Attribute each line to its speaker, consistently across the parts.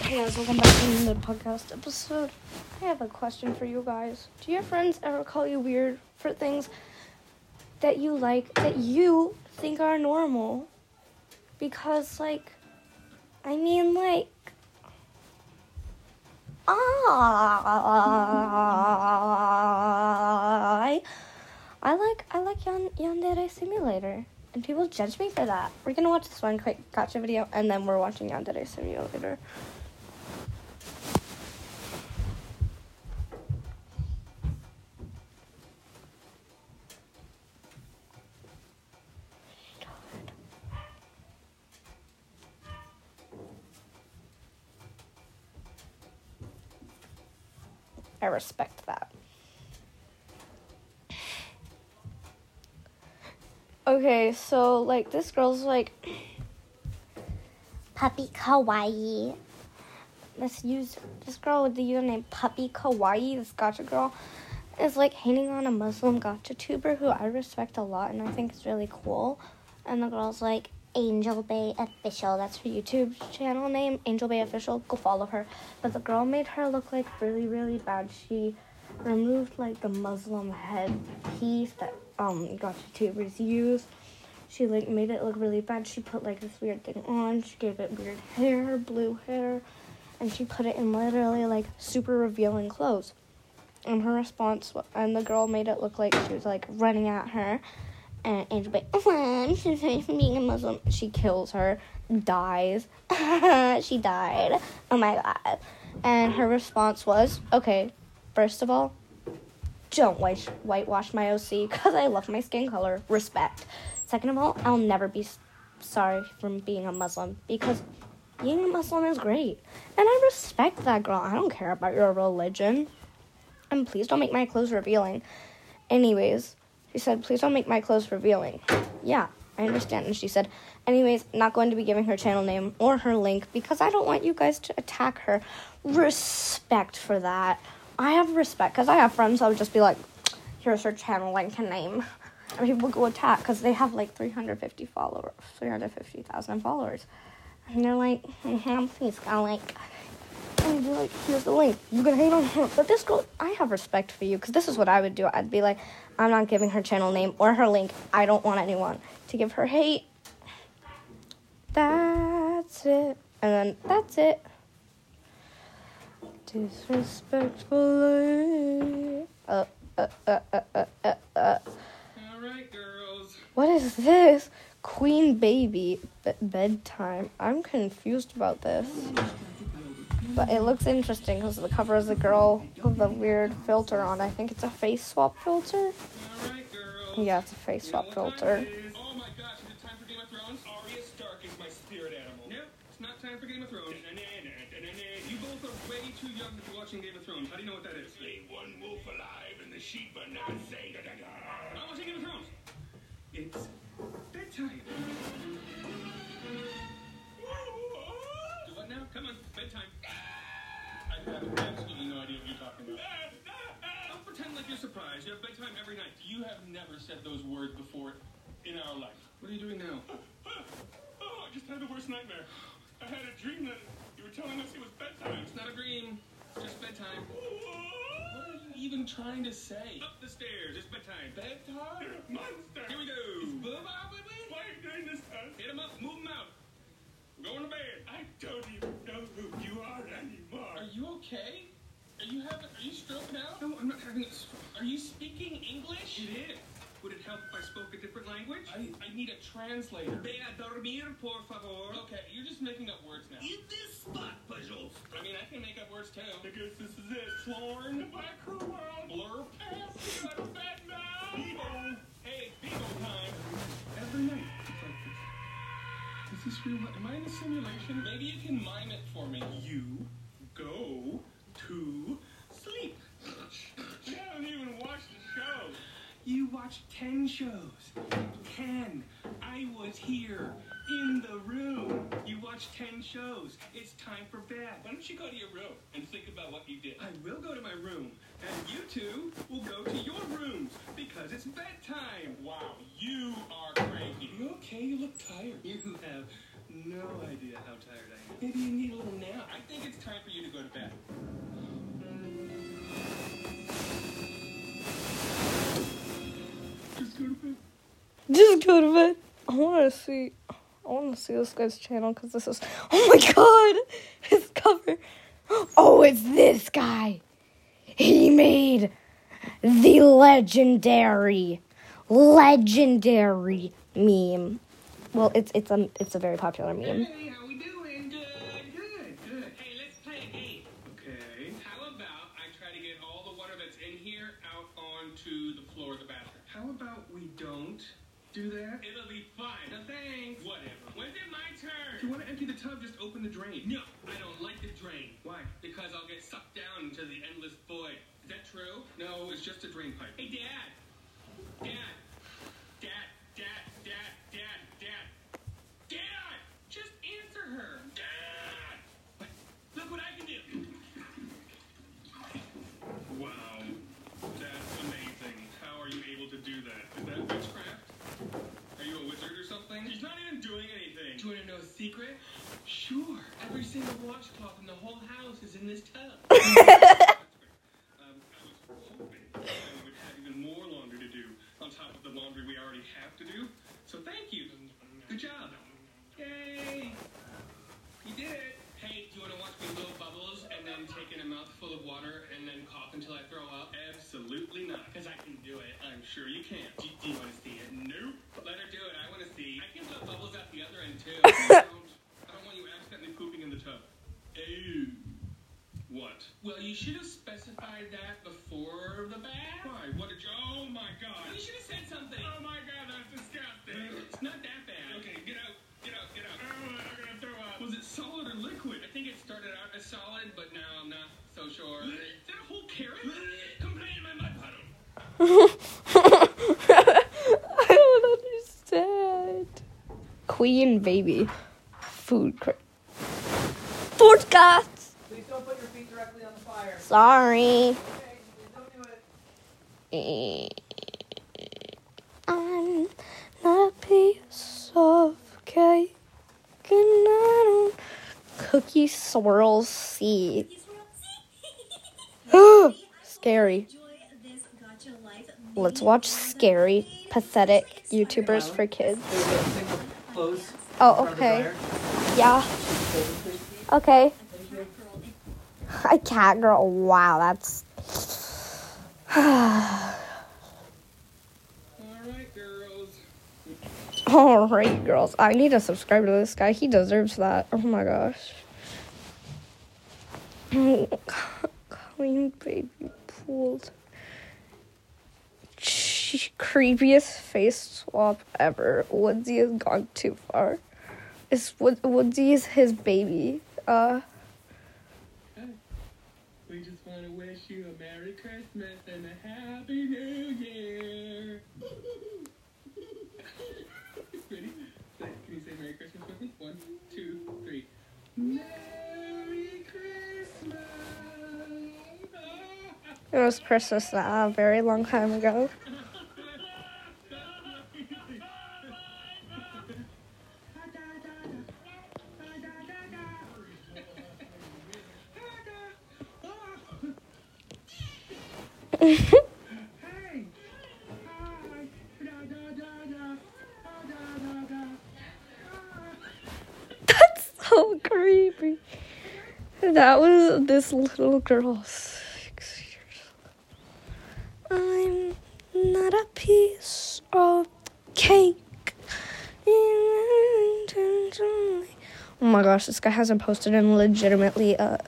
Speaker 1: Hey guys, welcome back to another podcast episode. I have a question for you guys. Do your friends ever call you weird for things that you like that you think are normal? Because, like, I mean, like, I, I like, I like Yon- Yandere Simulator, and people judge me for that. We're gonna watch this one quick gotcha video, and then we're watching Yandere Simulator. I respect that. Okay, so like this girl's like Puppy Kawaii. This user this girl with the username Puppy Kawaii, this gotcha girl, is like hating on a Muslim gotcha tuber who I respect a lot and I think is really cool. And the girl's like Angel Bay Official. That's her YouTube channel name, Angel Bay Official. Go follow her. But the girl made her look like really, really bad. She removed like the Muslim headpiece that um gotcha tubers use. She like made it look really bad. She put like this weird thing on. She gave it weird hair, blue hair, and she put it in literally like super revealing clothes. And her response, wa- and the girl made it look like she was like running at her. And Angel Bay, "Islam, she's being a Muslim. She kills her, dies. she died. Oh my god. And her response was, okay, first of all, don't white- whitewash my OC because I love my skin color. Respect. Second of all, I'll never be s- sorry for being a Muslim because being a Muslim is great. And I respect that girl. I don't care about your religion. And Um, please don't make my clothes revealing. Anyways, she said, please don't make my clothes revealing. Yeah, I understand. And she said, anyways, not going to be giving her channel name or her link because I don't want you guys to attack her. Respect for that. I have respect because I have friends that would just be like, here's her channel link and name. And people go attack because they have like 350 followers, 350,000 followers. And they're like, mm-hmm, please go like, and be like, here's the link. You can hate on her. But this girl, I have respect for you because this is what I would do. I'd be like, I'm not giving her channel name or her link. I don't want anyone to give her hate. That's it. And then that's it. Disrespectfully. Uh, uh, uh, uh, uh, uh, uh.
Speaker 2: All right, girls.
Speaker 1: What is this? Queen Baby be- bedtime. I'm confused about this. But it looks interesting because the cover is a girl with a weird filter on. I think it's a face swap filter.
Speaker 2: All right, girls.
Speaker 1: Yeah, it's a face swap filter.
Speaker 2: Oh my gosh, is it time for Game of Thrones? Arya Stark is my spirit animal. No, it's not time for Game of Thrones. You both are way too young to be watching Game of Thrones. How do you know what that is? Leave one wolf alive and the sheep are not saying I'm watching Game of Thrones. It's bedtime. Do what now? Come on, bedtime. I have absolutely no idea what you're talking about. Don't pretend like you're surprised. You have bedtime every night. You have never said those words before in our life. What are you doing now?
Speaker 3: Oh, I just had the worst nightmare. I had a dream that you were telling us it was bedtime.
Speaker 2: It's not a dream. It's just bedtime. What are you even trying to say? Up the stairs. It's bedtime. Bedtime?
Speaker 3: You're a monster.
Speaker 2: Here we go. It's
Speaker 3: Why are you doing this to us?
Speaker 2: Hit him up. Move him out. We're going to bed.
Speaker 3: I don't even know who you are
Speaker 2: Are
Speaker 3: anymore.
Speaker 2: you okay? Are you having? Are you stroking out? No, I'm not having a stroke. Are you speaking English? It is. Would it help if I spoke a different language? I, I need a translator. Ve a dormir, por favor. Okay, you're just making up words now.
Speaker 3: Eat this spot, puzzles.
Speaker 2: I mean, I can make up words too.
Speaker 3: I guess this is it. Sworn to my crew world.
Speaker 2: Blurb.
Speaker 3: Ask you out of bed now.
Speaker 2: Beagle. Hey, it's beagle time. Every night. it's like this. Is this real? Am I in a simulation? Maybe you can mime it for me.
Speaker 3: You go to sleep. You haven't even watched the show.
Speaker 2: You watched 10 shows. 10. I was here in the room. You watched 10 shows. It's time for bed.
Speaker 3: Why don't you go to your room and think about what you did?
Speaker 2: I will go to my room, and you two will go to your rooms because it's bedtime.
Speaker 3: Wow, you are cranky.
Speaker 2: You okay? You look tired. You have no idea how tired I am. Maybe you need a little nap. I think it's time
Speaker 1: go to bed. I want to see. I want to see this guy's channel because this is. Oh my god! His cover. Oh, it's this guy. He made the legendary, legendary meme. Well, it's it's a it's a very popular meme.
Speaker 3: Hey, how we doing? Good, good, good.
Speaker 2: Hey, let's play a game.
Speaker 3: Okay.
Speaker 2: How about I try to get all the water that's in here out onto the floor of the bathroom?
Speaker 3: How about we don't do that?
Speaker 2: It'll be fine.
Speaker 3: No, thanks.
Speaker 2: Whatever. When's it my
Speaker 3: If you
Speaker 2: turn?
Speaker 3: want to empty the tub, just open the drain.
Speaker 2: No, I don't like the drain.
Speaker 3: Why?
Speaker 2: Because I'll get sucked down into the endless void. Is that true?
Speaker 3: No, it's just a drain pipe.
Speaker 2: Hey, Dad. Dad. Dad. Dad. Dad. Dad. Dad. Dad. Just answer her. Dad. But look what I can do.
Speaker 3: Wow. That's amazing. How are you able to do that? Is that witchcraft? Are you a wizard or something? She's not even doing
Speaker 2: Do
Speaker 3: anything.
Speaker 2: you want to know a secret?
Speaker 3: Sure.
Speaker 2: Every single washcloth in the whole house is in this tub.
Speaker 3: Um, I was hoping I would have even more laundry to do on top of the laundry we already have to do. So thank you. Good job. Yay.
Speaker 2: You did it. Hey, do you want to watch me blow bubbles and then take in a mouthful of water and then cough until I throw up?
Speaker 3: Absolutely not.
Speaker 2: Because I can do it.
Speaker 3: I'm sure you can.
Speaker 2: Do, do you want to see it?
Speaker 3: Nope.
Speaker 2: Let her do it. I want to see. I can blow bubbles out the other end too. I don't-
Speaker 3: I don't want you accidentally pooping in the tub.
Speaker 2: Ew.
Speaker 3: What?
Speaker 2: Well, you should have specified that before the bath.
Speaker 3: Why? What did you? Oh my
Speaker 2: You
Speaker 3: god.
Speaker 2: should have said something.
Speaker 3: Oh my god, that's disgusting.
Speaker 2: It's not that bad.
Speaker 3: Okay, get out. Get out. Get out. Oh, I'm gonna throw up.
Speaker 2: Was
Speaker 3: Was
Speaker 2: it
Speaker 3: it solid or
Speaker 2: I
Speaker 3: liquid?
Speaker 2: think it started out as solid, but now I'm not so sure.
Speaker 3: Is that a whole carrot? Complain in my mud puddle.
Speaker 1: I don't understand. Queen baby, food cra- podcast.
Speaker 4: Please don't put your feet directly on the fire.
Speaker 1: Sorry.
Speaker 4: Okay, please don't do it.
Speaker 1: I'm not a piece of cake, and I don't cookie swirl seed. Scary. Let's watch scary, pathetic YouTubers for kids.
Speaker 4: There's a single clothes.
Speaker 1: Oh, okay. Yeah. Okay. I cat girl. Wow, that's.
Speaker 2: All right, girls.
Speaker 1: Alright, girls. I need to subscribe to this guy. He deserves that. Oh my gosh. Clean baby pulled. Ch- creepiest face swap ever. Woodsy has gone too far. It's Wood- Woodsy is his baby. Uh,
Speaker 2: We just want to wish you a Merry Christmas and a Happy New Year. Ready? Say- Can you say Merry Christmas with me? One, two, three. Merry Christmas!
Speaker 1: it was Christmas uh, a very long time ago.
Speaker 3: Ah.
Speaker 1: That's so creepy. That was this little girl. Six years old. I'm not a piece of cake. Oh my gosh, this guy hasn't posted in legitimately a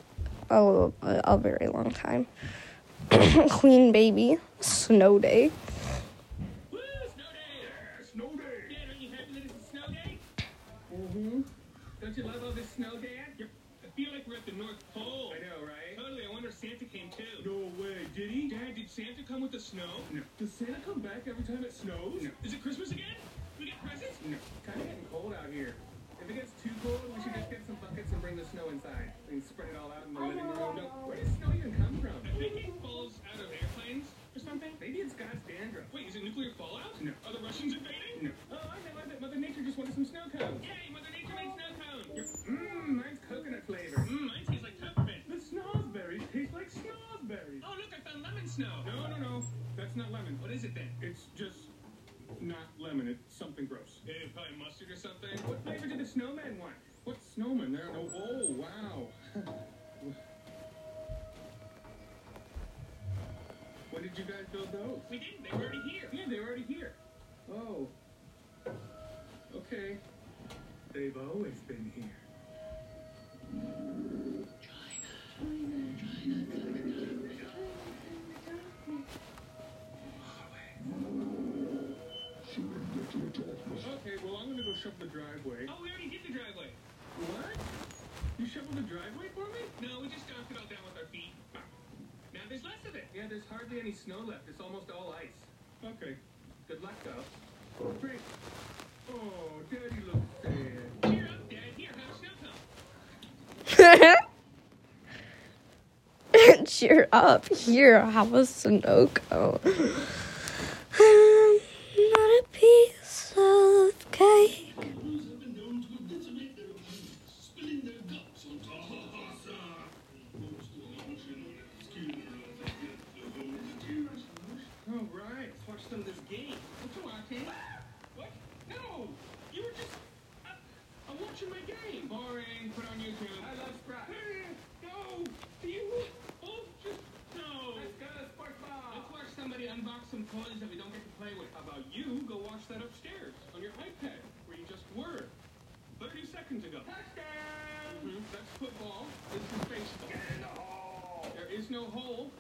Speaker 1: a, a very long time. Queen baby, snow day.
Speaker 2: Woo! Snow day!
Speaker 3: Snow day.
Speaker 2: Dad, are you happy that it's a snow day?
Speaker 3: Mm-hmm.
Speaker 2: Don't you love all this snow, Dad?
Speaker 3: Yep.
Speaker 2: I feel like we're at the North Pole.
Speaker 3: I know, right?
Speaker 2: Totally, I wonder if Santa came too.
Speaker 3: No way. Did he?
Speaker 2: Dad, did Santa come with the snow?
Speaker 3: No.
Speaker 2: Does Santa come back every time it snows?
Speaker 3: No.
Speaker 2: Is it Christmas again? We get presents?
Speaker 3: No. Kind of getting cold out here. If it gets too cold, we should just get some buckets and bring the snow inside. We can spread it all out in the living room. No, where does snow even
Speaker 2: I
Speaker 3: come from?
Speaker 2: think it falls out of airplanes or something.
Speaker 3: Maybe it's God's dandruff.
Speaker 2: Wait, is it nuclear fallout?
Speaker 3: No.
Speaker 2: Are the Russians invading?
Speaker 3: No.
Speaker 2: Oh, I know, I bet Mother
Speaker 3: Mother Nature just wanted some snow cones.
Speaker 2: Yay, Mother Nature made snow cones.
Speaker 3: Mmm, mine's coconut flavor.
Speaker 2: Mmm, mine tastes like peppermint.
Speaker 3: The snozberries taste like snozberries.
Speaker 2: Oh, look, I found lemon snow.
Speaker 3: No, no, no. That's not lemon.
Speaker 2: What is it then?
Speaker 3: It's just not lemon. It's something gross. Eh, probably mustard or something. What flavor did the snowman want? What snowman? There are no. Oh, wow. when did you guys build those?
Speaker 2: We didn't. They were already here.
Speaker 3: Yeah, they were already here. Oh. Okay. They've always been here. Okay, well, I'm gonna go shovel the driveway.
Speaker 2: Oh, we already did the driveway.
Speaker 3: What? You shoveled the driveway for me?
Speaker 2: No, we just dumped it all down with our feet. Now there's less of it.
Speaker 3: Yeah, there's hardly any snow left. It's almost all ice. Okay. Good luck, though. Great. Oh, Daddy looks sad.
Speaker 2: Cheer up, Dad. Here, have snow cone.
Speaker 1: Cheer up. Here, have a snow cone. not a piece of cake.
Speaker 5: Animals have been known to decimate their opponents, spilling their guts onto us. Most emotional skewerers against the whole tears.
Speaker 3: All right, let's watch some of this game. What you watching?
Speaker 2: What? No! You were just. I, I'm watching my game.
Speaker 3: Boring. Put on YouTube. I love Sprat.
Speaker 2: No! Do you both just. No!
Speaker 3: Let's go, Spark
Speaker 2: Let's watch somebody unbox some toys that we don't get to play with.
Speaker 3: How about you go watch that upstairs on your iPad where you just were 30 seconds ago?
Speaker 2: Touchdown!
Speaker 3: Mhm, That's football. This is baseball. There is no hole.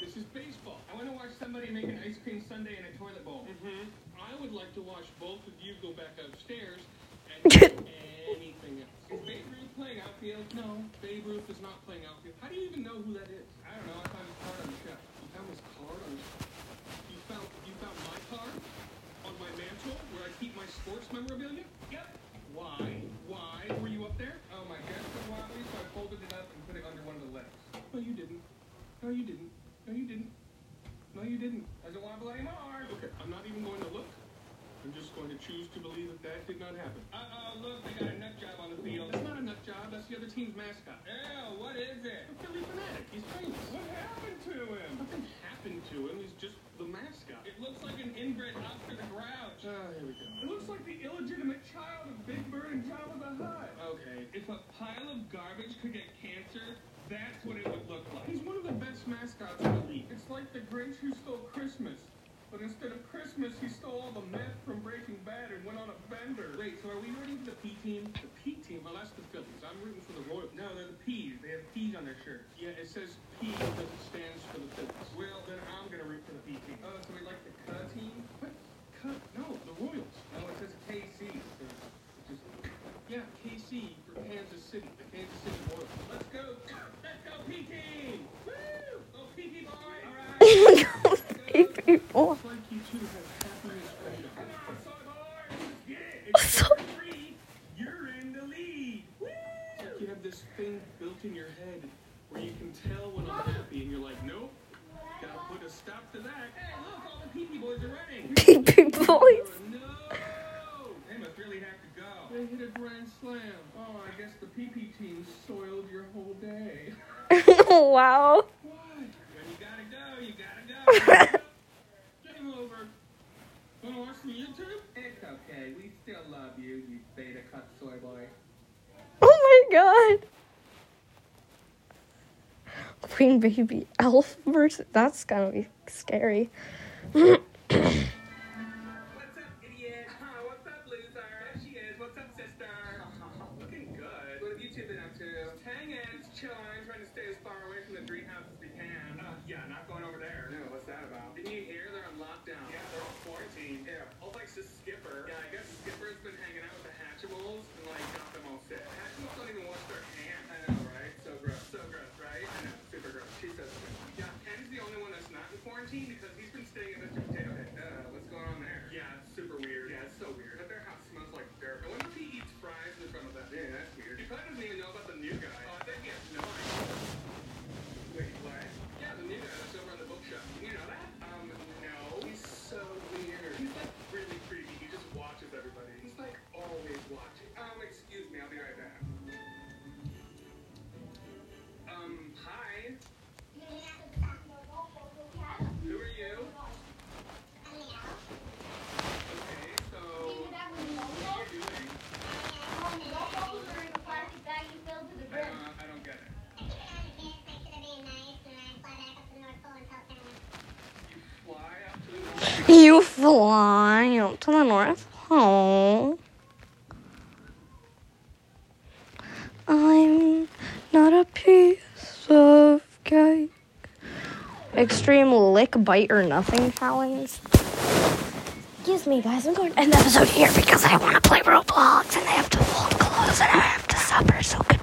Speaker 3: This is baseball.
Speaker 2: I want to watch somebody make an ice cream sundae in a toilet bowl.
Speaker 3: Mm-hmm. I would like to watch both of you go back upstairs and do anything else. Is Babe Ruth playing outfield? No, Babe Ruth is not playing outfield. How do you even know who that is?
Speaker 2: I don't know. I found a card on the shelf.
Speaker 3: You found his card on. You found you found my card on my mantle where I keep my sports memorabilia.
Speaker 2: Yep.
Speaker 3: Why? Why were you up there?
Speaker 2: Oh, my God. took wobbly, so I folded it up and put it under one of the legs.
Speaker 3: No, you didn't. No, you didn't. No, you didn't. No, you didn't.
Speaker 2: Doesn't wobble anymore.
Speaker 3: Okay, I'm not even going to look. I'm just going to choose to believe that that did not happen.
Speaker 2: Uh-oh, look, they got a nut job on the field.
Speaker 3: That's not a nut job. That's the other team's mascot.
Speaker 2: Ew, what is it?
Speaker 3: The Philly fanatic. He's famous.
Speaker 2: What happened to him?
Speaker 3: Nothing happened to him. He's just the mascot.
Speaker 2: It looks like an inbred Oscar the Grouch.
Speaker 3: Ah, here we go.
Speaker 2: It looks like the illegitimate child of Big Bird and Jabba the Hutt.
Speaker 3: Okay,
Speaker 2: If a pile of garbage could get cancer, that's what it would look like.
Speaker 3: he's one of the best mascots in the league.
Speaker 2: It's like the Grinch who stole Christmas. But instead of Christmas, he stole all the meth from Breaking Bad and went on a bender.
Speaker 3: Wait, so are we rooting for the P team? The P team? Well, that's the Phillies. I'm rooting for the Royals. No, they're the P's. They have P's on their shirts. Yeah, it says P because it stands for the Phillies.
Speaker 2: Well, then I'm gonna root for the B team.
Speaker 3: Uh, so we like the Cubs team? What? Cub? No, the Royals.
Speaker 2: Oh, it says KC.
Speaker 3: Just, yeah, KC for Kansas City. The Kansas City Royals.
Speaker 2: Let's go. Let's go, P team. Woo! Go, P team boy. All right.
Speaker 1: People.
Speaker 3: It's like you two have happiness freedom.
Speaker 2: Come on, soy boys. Yeah, it's
Speaker 1: So-
Speaker 2: four three. You're in the lead. Woo!
Speaker 3: You have this thing built in your head where you can tell when I'm happy, and you're like, nope, gotta put a stop to that.
Speaker 2: Hey, look, all the P team boys are running.
Speaker 1: People boys.
Speaker 3: Oh,
Speaker 2: No! They must really have to go.
Speaker 3: They hit a grand slam.
Speaker 2: Oh, I guess the PP team soiled your whole day.
Speaker 1: wow.
Speaker 3: Why?
Speaker 2: When you gotta go, you gotta go.
Speaker 3: Game over. Wanna watch some YouTube?
Speaker 2: it's okay. We still love you, you beta cut soy boy.
Speaker 1: Oh my god. Queen baby elf versus. That's gonna be scary.
Speaker 2: What's up, idiot? Huh, what's up, loser? There she is. What's up, sister? Looking good. What have you two been up to? Just hanging. Just chilling. Trying to stay as far away from the greenhouse as we can. Uh, yeah, not going over there. No, what's that about?
Speaker 3: Didn't you hear they're on lockdown?
Speaker 2: Yeah, they're all quarantined. Yeah. All thanks to Skipper. Yeah, I guess Skipper's been hanging out with the Hatchables and like got them all sick. Hatchables don't even wash their hands. I know, right? So gross. So gross, right? I know, super gross. She says it. Yeah, Ken's the only one that's not in quarantine because he's been staying in Mr. Potato Head. Uh, what's going on there? Yeah, it's super weird. Yeah, it's so weird. But their house smells like dirt. I wonder if he eats fries in front of that. Yeah, that's weird. He probably doesn't even know about the new guy. Oh, I think he has no idea.
Speaker 1: the line up to the North Pole. I'm not a piece of cake. Extreme lick, bite, or nothing challenge. Excuse me, guys. I'm going to end the episode here because I want to play Roblox and I have to fold clothes and I have to supper. So good.